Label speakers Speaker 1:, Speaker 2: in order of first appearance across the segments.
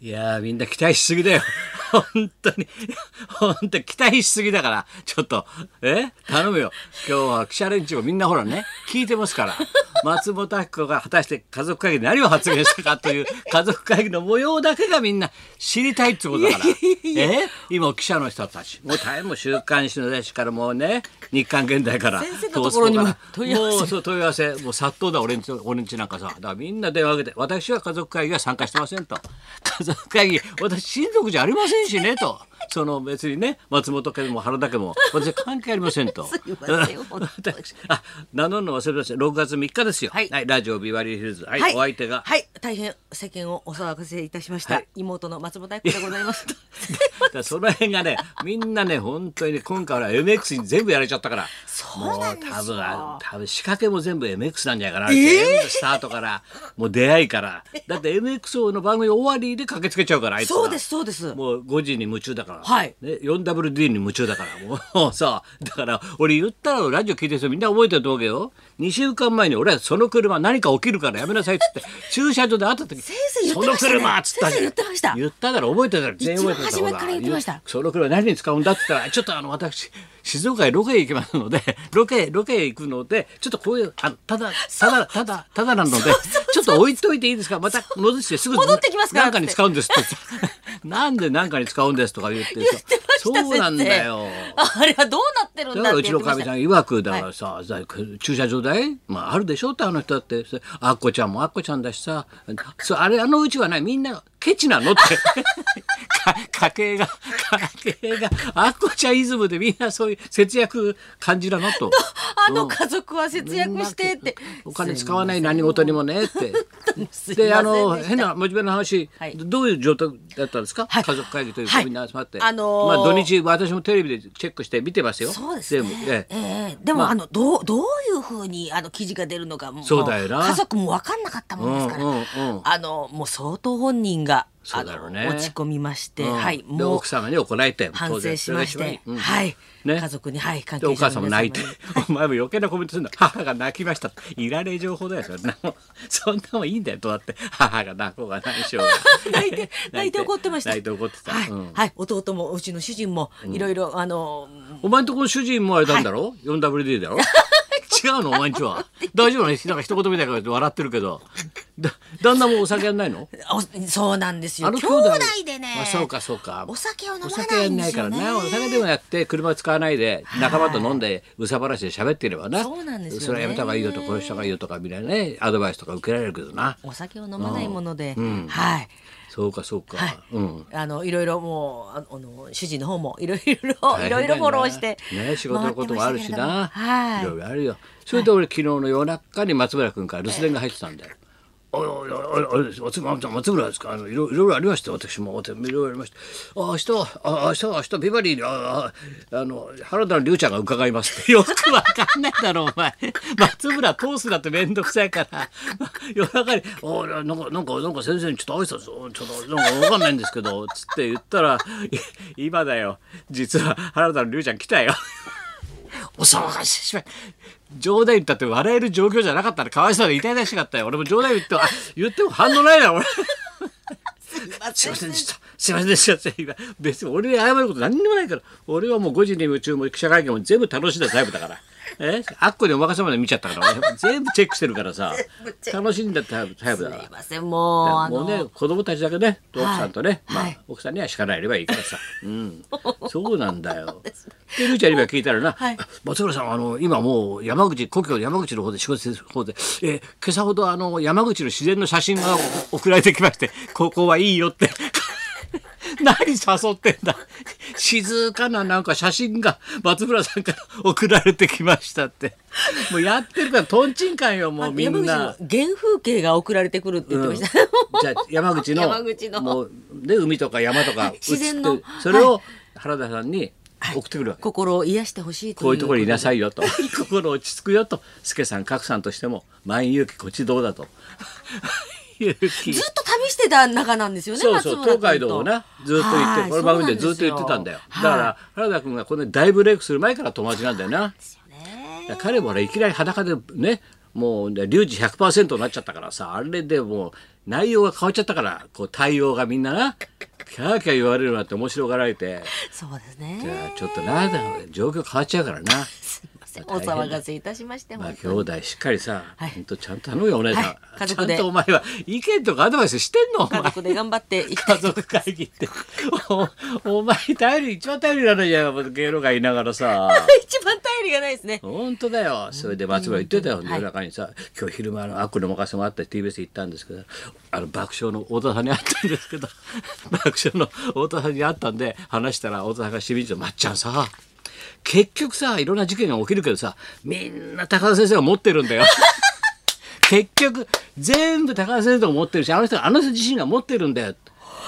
Speaker 1: いやーみんな期待しすぎだよ 本当に本当に期待しすぎだからちょっとえ頼むよ今日は記者連中もみんなほらね聞いてますから松本明子が果たして家族会議で何を発言したかという家族会議の模様だけがみんな知りたいってことだからえ今記者の人たちもう大変もう週刊誌の雑誌からもうね日刊現代から
Speaker 2: 先生のところにも問い合わせ
Speaker 1: もうそう問い合わせもう殺到だ俺んち俺んちなんかさだからみんな電話かけて私は家族会議は参加してませんと 家族会議私親族じゃありませんしねとその別にね松本家も原田家も私は関係ありませんと
Speaker 2: すいません本当に
Speaker 1: 私あ名乗るの忘れてました6月3日ですよは、
Speaker 2: はいい
Speaker 1: ラジオビバリーヒルズはい、
Speaker 2: はい
Speaker 1: お相手が、
Speaker 2: はい、大変世間をお騒がせいたしました。
Speaker 1: はい
Speaker 2: 妹の松本明子でございま す。
Speaker 1: だからその辺がねみんなね本当にね今回は MX に全部やられちゃったから
Speaker 2: そうなんですよ
Speaker 1: もう多分あ多分仕掛けも全部 MX なんじゃないかな、全部スタートからもう出会いからだって MX の番組終わりで駆けつけちゃうからあいつが
Speaker 2: そうです、そうです。
Speaker 1: もう5時に夢中だから、
Speaker 2: はい
Speaker 1: ね、4WD に夢中だから もうもうさだから俺言ったらラジオ聞いてる人みんな覚えてると思うけど2週間前に俺はその車何か起きるからやめなさいっつって 駐車場で会った時
Speaker 2: 先生言ってましたね
Speaker 1: その車っつったんだよ
Speaker 2: 先生言ってました
Speaker 1: 言っただろ覚えてたら全員覚えてた
Speaker 2: 一番初めから言ってました
Speaker 1: ほらその車何に使うんだって言ったらちょっとあの私静岡へロケへ行きますので ロケロケへ行くのでちょっとこういうあただただただただなのでちょっと置いといていいですかまた戻してすぐ
Speaker 2: 戻ってきますから
Speaker 1: なんかに使うんですって言 ってなんでなんかに使うんですとか言って
Speaker 2: 言ってました
Speaker 1: そうなんだよ。
Speaker 2: 先生あれはどうなってるんだ
Speaker 1: だ
Speaker 2: っ
Speaker 1: から
Speaker 2: て
Speaker 1: うちのかみさん曰くだからさ、さ駐車場代、まあ、あるでしょってあの人だってそれあっこちゃんもあっこちゃんだしさそうあれあのうちはないみんなケチなのって か家計が家計があっこちゃんイズムでみんなそういう節約感じなの と。
Speaker 2: あの家族は節約してって。
Speaker 1: お金使わない何事にもねって。
Speaker 2: すいません
Speaker 1: であの
Speaker 2: した
Speaker 1: 変な真面目な話、
Speaker 2: はい
Speaker 1: どういう状態だったんですか、
Speaker 2: はい
Speaker 1: 家族会議というか、
Speaker 2: はい
Speaker 1: みんな集まって、
Speaker 2: あのー
Speaker 1: まあ、土日私もテレビでチェックして見てますよ
Speaker 2: そうですね
Speaker 1: 全部ええ
Speaker 2: ええでも、あ、のどうどういうふうにあの記事が出るのかも
Speaker 1: そうだよな
Speaker 2: 家族も分かんなかったもんですから、
Speaker 1: うんうんうん
Speaker 2: あのもう相当本人が、
Speaker 1: そ
Speaker 2: あ
Speaker 1: うだろう
Speaker 2: の
Speaker 1: ね
Speaker 2: 落ち込みまして、
Speaker 1: うん
Speaker 2: はい
Speaker 1: で
Speaker 2: もう
Speaker 1: 奥様に怒られて
Speaker 2: 反省しまし
Speaker 1: 当然そ
Speaker 2: て、
Speaker 1: れが一番いいうん
Speaker 2: はい、
Speaker 1: ね
Speaker 2: 家族にはい関
Speaker 1: で
Speaker 2: 係
Speaker 1: お
Speaker 2: 者
Speaker 1: 母
Speaker 2: の
Speaker 1: さんも
Speaker 2: 皆様
Speaker 1: 泣い
Speaker 2: に
Speaker 1: て 「お前も余計なコメントするの母が泣きました」っていられえ情報だよそんなもんそんなもんいいんだよどうだって母が泣こうが何しようが
Speaker 2: 泣いて 泣いて怒ってました。
Speaker 1: 泣いて怒ってた、
Speaker 2: はい、
Speaker 1: うん
Speaker 2: はい、弟もうちの主人もいろいろあの
Speaker 1: お前んとこの主人もあれなんだろ、?4WD だ ろ違うのお前んちは。大丈夫なのなんか一言みたいな感じで笑ってるけど。だ旦那もお酒やんないの
Speaker 2: おそうなんですよ。
Speaker 1: あの
Speaker 2: 兄
Speaker 1: 兄
Speaker 2: 弟
Speaker 1: 弟
Speaker 2: でね。
Speaker 1: あそうかそうか。
Speaker 2: お酒を飲ま
Speaker 1: お
Speaker 2: ないんです
Speaker 1: 酒
Speaker 2: よね
Speaker 1: やんないからな。お酒でもやって車使わないで仲間と飲んでうさばらしで喋っていればな。
Speaker 2: そうなんですよね
Speaker 1: それはやめた方がいいよとこの人がいいよとかみたいなねアドバイスとか受けられるけどな。
Speaker 2: お酒を飲まないもので、はい。
Speaker 1: そうかそうか。
Speaker 2: はい、
Speaker 1: うん。
Speaker 2: あのいろいろもうああの主人の方もいろい
Speaker 1: 大変
Speaker 2: ろ
Speaker 1: だよ
Speaker 2: いろ
Speaker 1: ない
Speaker 2: ろフォローして
Speaker 1: ね、仕事のこともあるしな、
Speaker 2: 回ってましたけれど
Speaker 1: いろ
Speaker 2: もはい
Speaker 1: いろあるよそれで俺昨日の夜中に松村君から留守電が入ってたんだよ。おいおいおいおいおい松村松村ですかあのいろいろいろありました私も私もいろいろありましたあ明日はあ明日は明日ビバリーにあああの原田の龍ちゃんが伺いますってよくわかんないだろお前松村通すだって面倒くさいから夜中に「おいなんかなんかなんか先生にちょっと挨拶をちょっとなんかわかんないんですけど」つって言ったら「い今だよ実は原田の龍ちゃん来たよ」お騒がせしまい冗談言ったって笑える状況じゃなかったらかわいそうで痛々しかったよ俺も冗談言ってもあ言っても反応ないな俺すいませんでしたすいませんでした今別に俺に謝ること何にもないから俺はもう5時に夢中も記者会見も全部楽しんだタイプだからえあっこにお任せまで見ちゃったから俺全部チェックしてるから さ楽しんだタイプタイプだから
Speaker 2: すいませんもうあ
Speaker 1: も
Speaker 2: の
Speaker 1: うね子供たちだけね奥さんとね、
Speaker 2: はい
Speaker 1: まあ
Speaker 2: はい
Speaker 1: 奥さんには叱られればいいから さ、うん、そうなんだよ。でルーちゃんに今聞いたらな、
Speaker 2: はい
Speaker 1: 松村さんあの今もう山口故郷山口の方で仕事してる方で、えー今朝ほどあの山口の自然の写真がお送られてきましてここはいいよって。 何誘ってんだ静かななんか写真が松村さんから送られてきましたってもうやってるからとんちんかんよもうみんな
Speaker 2: 山口の原風景が送られてくるって言ってました。
Speaker 1: じゃあ山口の
Speaker 2: 山口の
Speaker 1: もうで海とか山とか
Speaker 2: はい
Speaker 1: 映っ
Speaker 2: 自
Speaker 1: て
Speaker 2: 然
Speaker 1: る、
Speaker 2: の
Speaker 1: それを原田さんに送ってくるわけ、
Speaker 2: 心を癒してほしいという
Speaker 1: こういうところにいな
Speaker 2: こ
Speaker 1: さいよと 心落ち着くよと助さん賀来さんとしても万有気こちどうだと勇気
Speaker 2: とで ずっと旅してた仲なんですよね。
Speaker 1: そうそう
Speaker 2: 松村
Speaker 1: 東
Speaker 2: 君と
Speaker 1: 海道をなずっと行って
Speaker 2: は
Speaker 1: る
Speaker 2: い
Speaker 1: この番組でずっと言ってたんだよ
Speaker 2: そう
Speaker 1: だか
Speaker 2: なん
Speaker 1: ら原田君がこの大ブレイクする前から友達なんだよな。
Speaker 2: ですよはいですよね
Speaker 1: いや彼もねいきなり裸でねもうねリュウジ100%になっちゃったからさあれでもう内容が変わっちゃったからこう対応がみんななキャーキャー言われるなって面白がられて
Speaker 2: そうです
Speaker 1: い
Speaker 2: ね。
Speaker 1: やちょっとな状況変わっちゃうからな。
Speaker 2: すいません。お騒がせいたしまして、
Speaker 1: まあ
Speaker 2: 本
Speaker 1: 兄
Speaker 2: 当に
Speaker 1: 弟しっかりさ、
Speaker 2: はい
Speaker 1: ほんとちゃんと頼むよお姉さん、
Speaker 2: はい家族で
Speaker 1: ちゃんとお前は意見とかアドバイスしてんのお
Speaker 2: 家
Speaker 1: 前
Speaker 2: 族で頑張 っていきた
Speaker 1: 家
Speaker 2: い。
Speaker 1: 族会議っておお前頼り一番頼りなのじゃん芸能界いながらさ
Speaker 2: 一番頼りがないですね。
Speaker 1: 本当だよそれで松村言ってたよ
Speaker 2: はい
Speaker 1: 夜中にさ、今日昼間あのアッコに任せてもらって TBS 行ったんですけどあの爆笑の太田さんに会ったんですけど 爆笑の太田さんに会ったんで話したら太田さんがしみじと「まっちゃんさ結局さいろんな事件が起きるけどさみんな高田先生が持ってるんだよ。結局全部高田先生も持ってるしあの人あの人自身が持ってるんだよ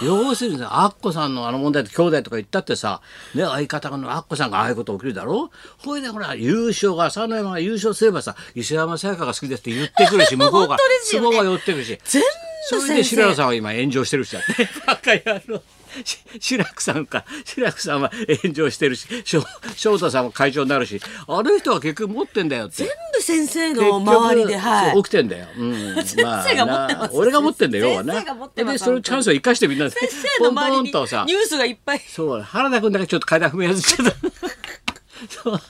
Speaker 1: 要するにさアッコさんのあの問題と兄弟とか言ったってさ、ね、相方のアッコさんがああいうこと起きるだろほいでほら優勝が朝乃山が優勝すればさ石山さやかが好きですって言ってくるし向こうが
Speaker 2: 本当ですよね
Speaker 1: 相撲が寄ってくるし
Speaker 2: 全
Speaker 1: そ
Speaker 2: 部
Speaker 1: れで
Speaker 2: 先
Speaker 1: 白良
Speaker 2: 生。
Speaker 1: さんは今炎上してるしだってバカ野郎し 白くさんか白くさんは炎上してるししょ翔太さんは会長になるしあの人は結局持ってんだよって。
Speaker 2: 全部先生
Speaker 1: 結
Speaker 2: の
Speaker 1: 局
Speaker 2: 周りで、は
Speaker 1: そう
Speaker 2: い。
Speaker 1: 起きてんだよ。うん、 ま
Speaker 2: 生が持ってます
Speaker 1: あな俺が持ってんだよ、要はな。
Speaker 2: 先生が持ってます
Speaker 1: で、そのチャンスを生かしてみんなで、
Speaker 2: 先生の周りにニ
Speaker 1: と
Speaker 2: ュ
Speaker 1: さ、
Speaker 2: ースがいっぱい。
Speaker 1: そう、原田君だけちょっと階段踏み外しちゃった。 そう、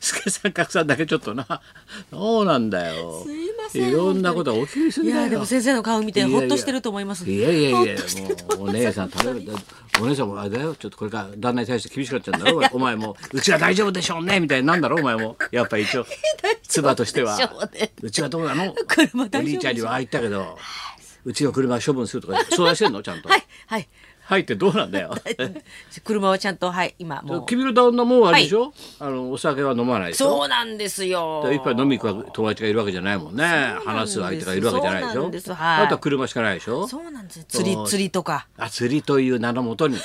Speaker 1: 助さん、格さんだけちょっとな。そうなんだよ。
Speaker 2: すいません
Speaker 1: いろんなことが起きるす
Speaker 2: い
Speaker 1: ぎだよ。
Speaker 2: やでも先生の顔見て
Speaker 1: いやいや
Speaker 2: ほっとしてると思います。
Speaker 1: いやいやいや
Speaker 2: ほっとしてると思います。
Speaker 1: もうお姉さん食べるお姉さんもあれだよちょっとこれから旦那に対して厳しくなっちゃうんだろ お前もうちは大丈夫でしょうねみたいになんだろお前もやっぱ 一応妻としては
Speaker 2: 大丈夫でしょうね
Speaker 1: うちはどうなの
Speaker 2: 車
Speaker 1: お
Speaker 2: 大丈夫でしょう
Speaker 1: 兄ちゃんにはああ言ったけどうちの車処分するとか相談してんのちゃんと
Speaker 2: はいはい。
Speaker 1: 入ってどうなんだよ
Speaker 2: 車はちゃんとはい今もう。
Speaker 1: 君の旦那もあれでしょあのお酒は飲まないでしょ
Speaker 2: そうなんですよ。
Speaker 1: 一杯飲み行く友達がいるわけじゃないもんね
Speaker 2: す
Speaker 1: 話す相手がいるわけじゃないでし
Speaker 2: そうな
Speaker 1: ょ
Speaker 2: んですはい
Speaker 1: あとは車しかないでしょ
Speaker 2: そうなんですよ。釣り釣りとか。
Speaker 1: あ釣りという名のもと に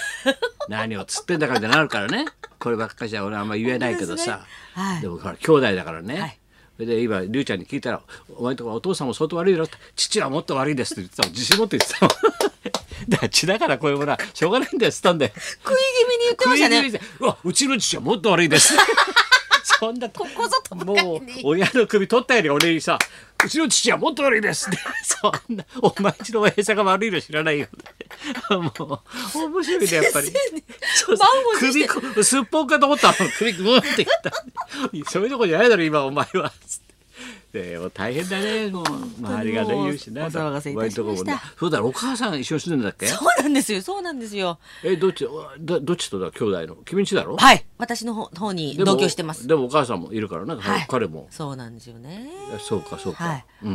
Speaker 1: 何を釣ってんだかってなるからねこればっかりじゃ俺はあんま言えないけどさ
Speaker 2: 本当ですねはい
Speaker 1: でもほら兄弟だからね、
Speaker 2: はい
Speaker 1: それで今りゅうちゃんに聞いたら「お前んとこお父さんも相当悪いだろ」って「父はもっと悪いです」って言ってたもん自信持って言ってた もんだから血だからこういうものはしょうがないんだよっつったんだよ。
Speaker 2: 食い気味に言ってました
Speaker 1: 食い
Speaker 2: ね。
Speaker 1: 気味でうわうちの父はもっと悪いです そんなこ
Speaker 2: こぞとばかりに
Speaker 1: もう親の首取ったより俺にさうちの父はもっと悪いですってそんなお前んちの親さんが悪いの知らないよもう面白いねやっぱり
Speaker 2: 先
Speaker 1: そう
Speaker 2: 満を持して
Speaker 1: 首こすっぽんかと思ったの首グーンっていったそういうとこじゃないだろ今お前はつってでもう大変だねもう周りがね
Speaker 2: もう
Speaker 1: 言うしな
Speaker 2: お騒がせいたしました
Speaker 1: お前んとこもねそうだろお母さん一緒に住んでんだっけ
Speaker 2: そうなんですよ。そうなんですよ。
Speaker 1: えどっちだどっちとだ兄弟の君んちだろ
Speaker 2: はい。私の方方に
Speaker 1: でも
Speaker 2: 同居してます。
Speaker 1: でもお母さんもいるからなんか、
Speaker 2: はい
Speaker 1: 彼も
Speaker 2: そうなんですよね。
Speaker 1: そうかそうか、
Speaker 2: はい。
Speaker 1: う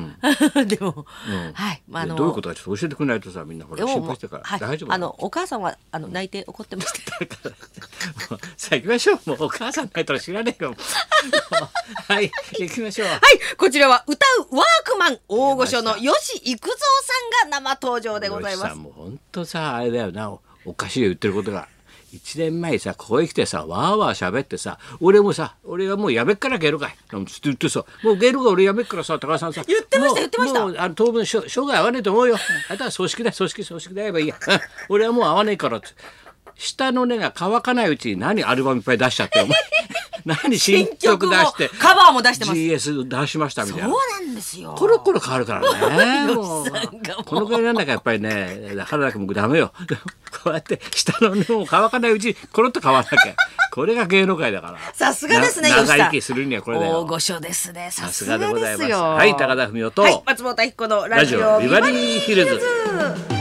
Speaker 1: ん、
Speaker 2: でも、はい。まああの
Speaker 1: どういうことかちょっと教えてくれないとさみんなほ
Speaker 2: で
Speaker 1: ら
Speaker 2: も
Speaker 1: 心配してるから、
Speaker 2: はい
Speaker 1: 大丈夫
Speaker 2: あのお母さんはあの泣いて怒ってました。
Speaker 1: さあ行きましょうもうお母さん帰ったら知らねえよもうはい行きましょう
Speaker 2: はい、こちらは歌うワークマン大御所の吉幾三さんが生登場でござい
Speaker 1: 吉
Speaker 2: ま
Speaker 1: さ
Speaker 2: す
Speaker 1: ん。も本当さあれだよなおおかしいよ言ってることが1年前さここへ来てさわーわー喋ってさ俺もさ俺はもうやめっから芸能界なんつって言ってさもう芸能界俺やめっからさ高田さんさ
Speaker 2: 言ってました
Speaker 1: もう
Speaker 2: 言ってました
Speaker 1: もうあの当分しょ生涯合わねえと思うよあとは葬式だ葬式葬式で会えばいいや うん俺はもう合わねえからって下の根が乾かないうちに何アルバムいっぱい出しちゃって お前何新曲出して
Speaker 2: 新曲もカバーも出してます。
Speaker 1: GS 出しましたみたい
Speaker 2: そ
Speaker 1: な
Speaker 2: うなんですよ。
Speaker 1: コロコロ変わる からね。もう
Speaker 2: 吉さんがもう
Speaker 1: このくらいなんだかやっぱりね、原田君もダメよ。 こうやって下の根も乾かないうちにコロッと変わらなきゃ。これが芸能界だから。
Speaker 2: さすがですね、
Speaker 1: な
Speaker 2: 吉さん。
Speaker 1: 長生きするにはこれだ
Speaker 2: 大
Speaker 1: よ。
Speaker 2: 御所ですね。さ
Speaker 1: さす
Speaker 2: す
Speaker 1: が
Speaker 2: が
Speaker 1: でござい
Speaker 2: で
Speaker 1: ますす。
Speaker 2: よ。
Speaker 1: はい、高田文夫と、
Speaker 2: はい、松本彦のラ
Speaker 1: ラジ
Speaker 2: ジ
Speaker 1: オ
Speaker 2: オ
Speaker 1: ビ
Speaker 2: ビ
Speaker 1: バ
Speaker 2: バ
Speaker 1: リ
Speaker 2: リ
Speaker 1: ーヒ
Speaker 2: ーヒ
Speaker 1: ル
Speaker 2: ル
Speaker 1: ズ
Speaker 2: ズ。。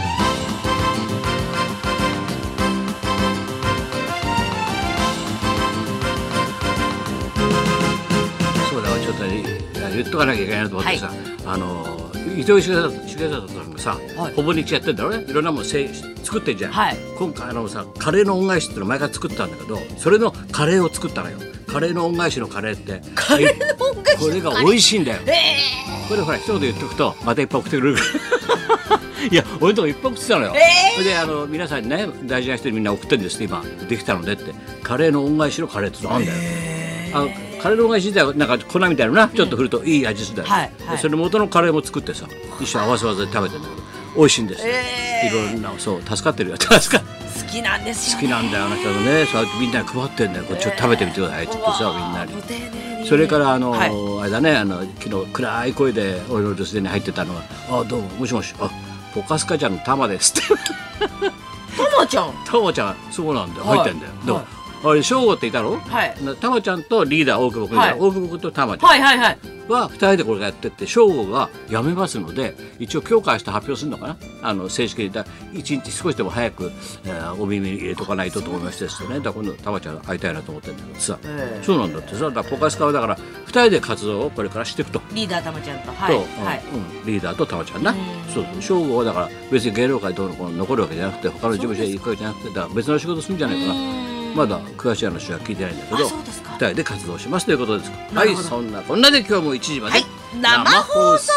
Speaker 1: そうだわ、ちょっと言っとかなきゃいけないなと思ってさ、
Speaker 2: はい
Speaker 1: あの伊藤修平里さんがさ、
Speaker 2: はい
Speaker 1: ほぼ日やってんだろうね。いろんなもんせい作ってんじゃん。
Speaker 2: はい
Speaker 1: 今回あのさカレーの恩返しっていうのを前から作ったんだけどそれのカレーを作ったのよカレーの恩返しのカレーって
Speaker 2: カレーの音楽。
Speaker 1: これが美味
Speaker 2: しい。
Speaker 1: しいんだよ
Speaker 2: え
Speaker 1: これほら一言言っとくとまた一本送ってくれる からいや俺のとこ一本送ってたのよ、
Speaker 2: えー
Speaker 1: それであの皆さんにね大事な人にみんな送ってるんですって今できたのでってカレーの恩返しのカレーってのあんだよ、あのカレーの恩返し自体はなんか粉みたいなのなちょっと振るといい味するんだよ、
Speaker 2: はいはい
Speaker 1: それ元のカレーも作ってさ一緒に合わせ技で食べてんだけど美味しいんですよ、
Speaker 2: えー
Speaker 1: いろんなそう助かってるよ助かって
Speaker 2: ー好きなんです
Speaker 1: 好き
Speaker 2: よね。
Speaker 1: なんだよあの人のねそうやってみんなに配ってんだよこれちょっと食べてみてくださいって言って
Speaker 2: う
Speaker 1: さ
Speaker 2: わ
Speaker 1: みんなに
Speaker 2: ご丁寧に
Speaker 1: それからあの、
Speaker 2: はい
Speaker 1: あれだねあの昨日暗い声で俺の留守電に入ってたのが「あどうももしもしあポカスカちゃんの玉です」って
Speaker 2: ともちゃん
Speaker 1: タマちゃんそうなんだよ
Speaker 2: はい
Speaker 1: 入ってんだよ、でも
Speaker 2: は
Speaker 1: あれ翔吾っていたろ、
Speaker 2: はい
Speaker 1: なタマちゃんとリーダー大久保君、
Speaker 2: はい
Speaker 1: 大久保君とタマちゃん
Speaker 2: はいはいはい
Speaker 1: は2人でこれやってって翔吾が辞めますので一応今日からして発表するのかなあの正式に言った一日少しでも早く、えーお耳に入れとかないとと思いましてですねだから今度タマちゃん会いたいなと思ってんだけどさ、
Speaker 2: ええ
Speaker 1: そうなんだってさだからポカスカはだから2人で活動をこれからしていくと。
Speaker 2: リーダーたまちゃんとは
Speaker 1: と
Speaker 2: い
Speaker 1: うん
Speaker 2: はい
Speaker 1: うんリーダーとたまちゃんな
Speaker 2: うん
Speaker 1: そうそう省吾はだから別に芸能界どうのこうの残るわけじゃなくて他の事務所へ行くわけじゃなくてだから別の仕事するんじゃないかな
Speaker 2: うん
Speaker 1: まだ詳しい話は聞いてないんだけど
Speaker 2: あそうですか
Speaker 1: 二人で活動しますということです
Speaker 2: な
Speaker 1: は
Speaker 2: る
Speaker 1: い
Speaker 2: ほど
Speaker 1: そんなこんなで今日も1時まで、
Speaker 2: はい生放送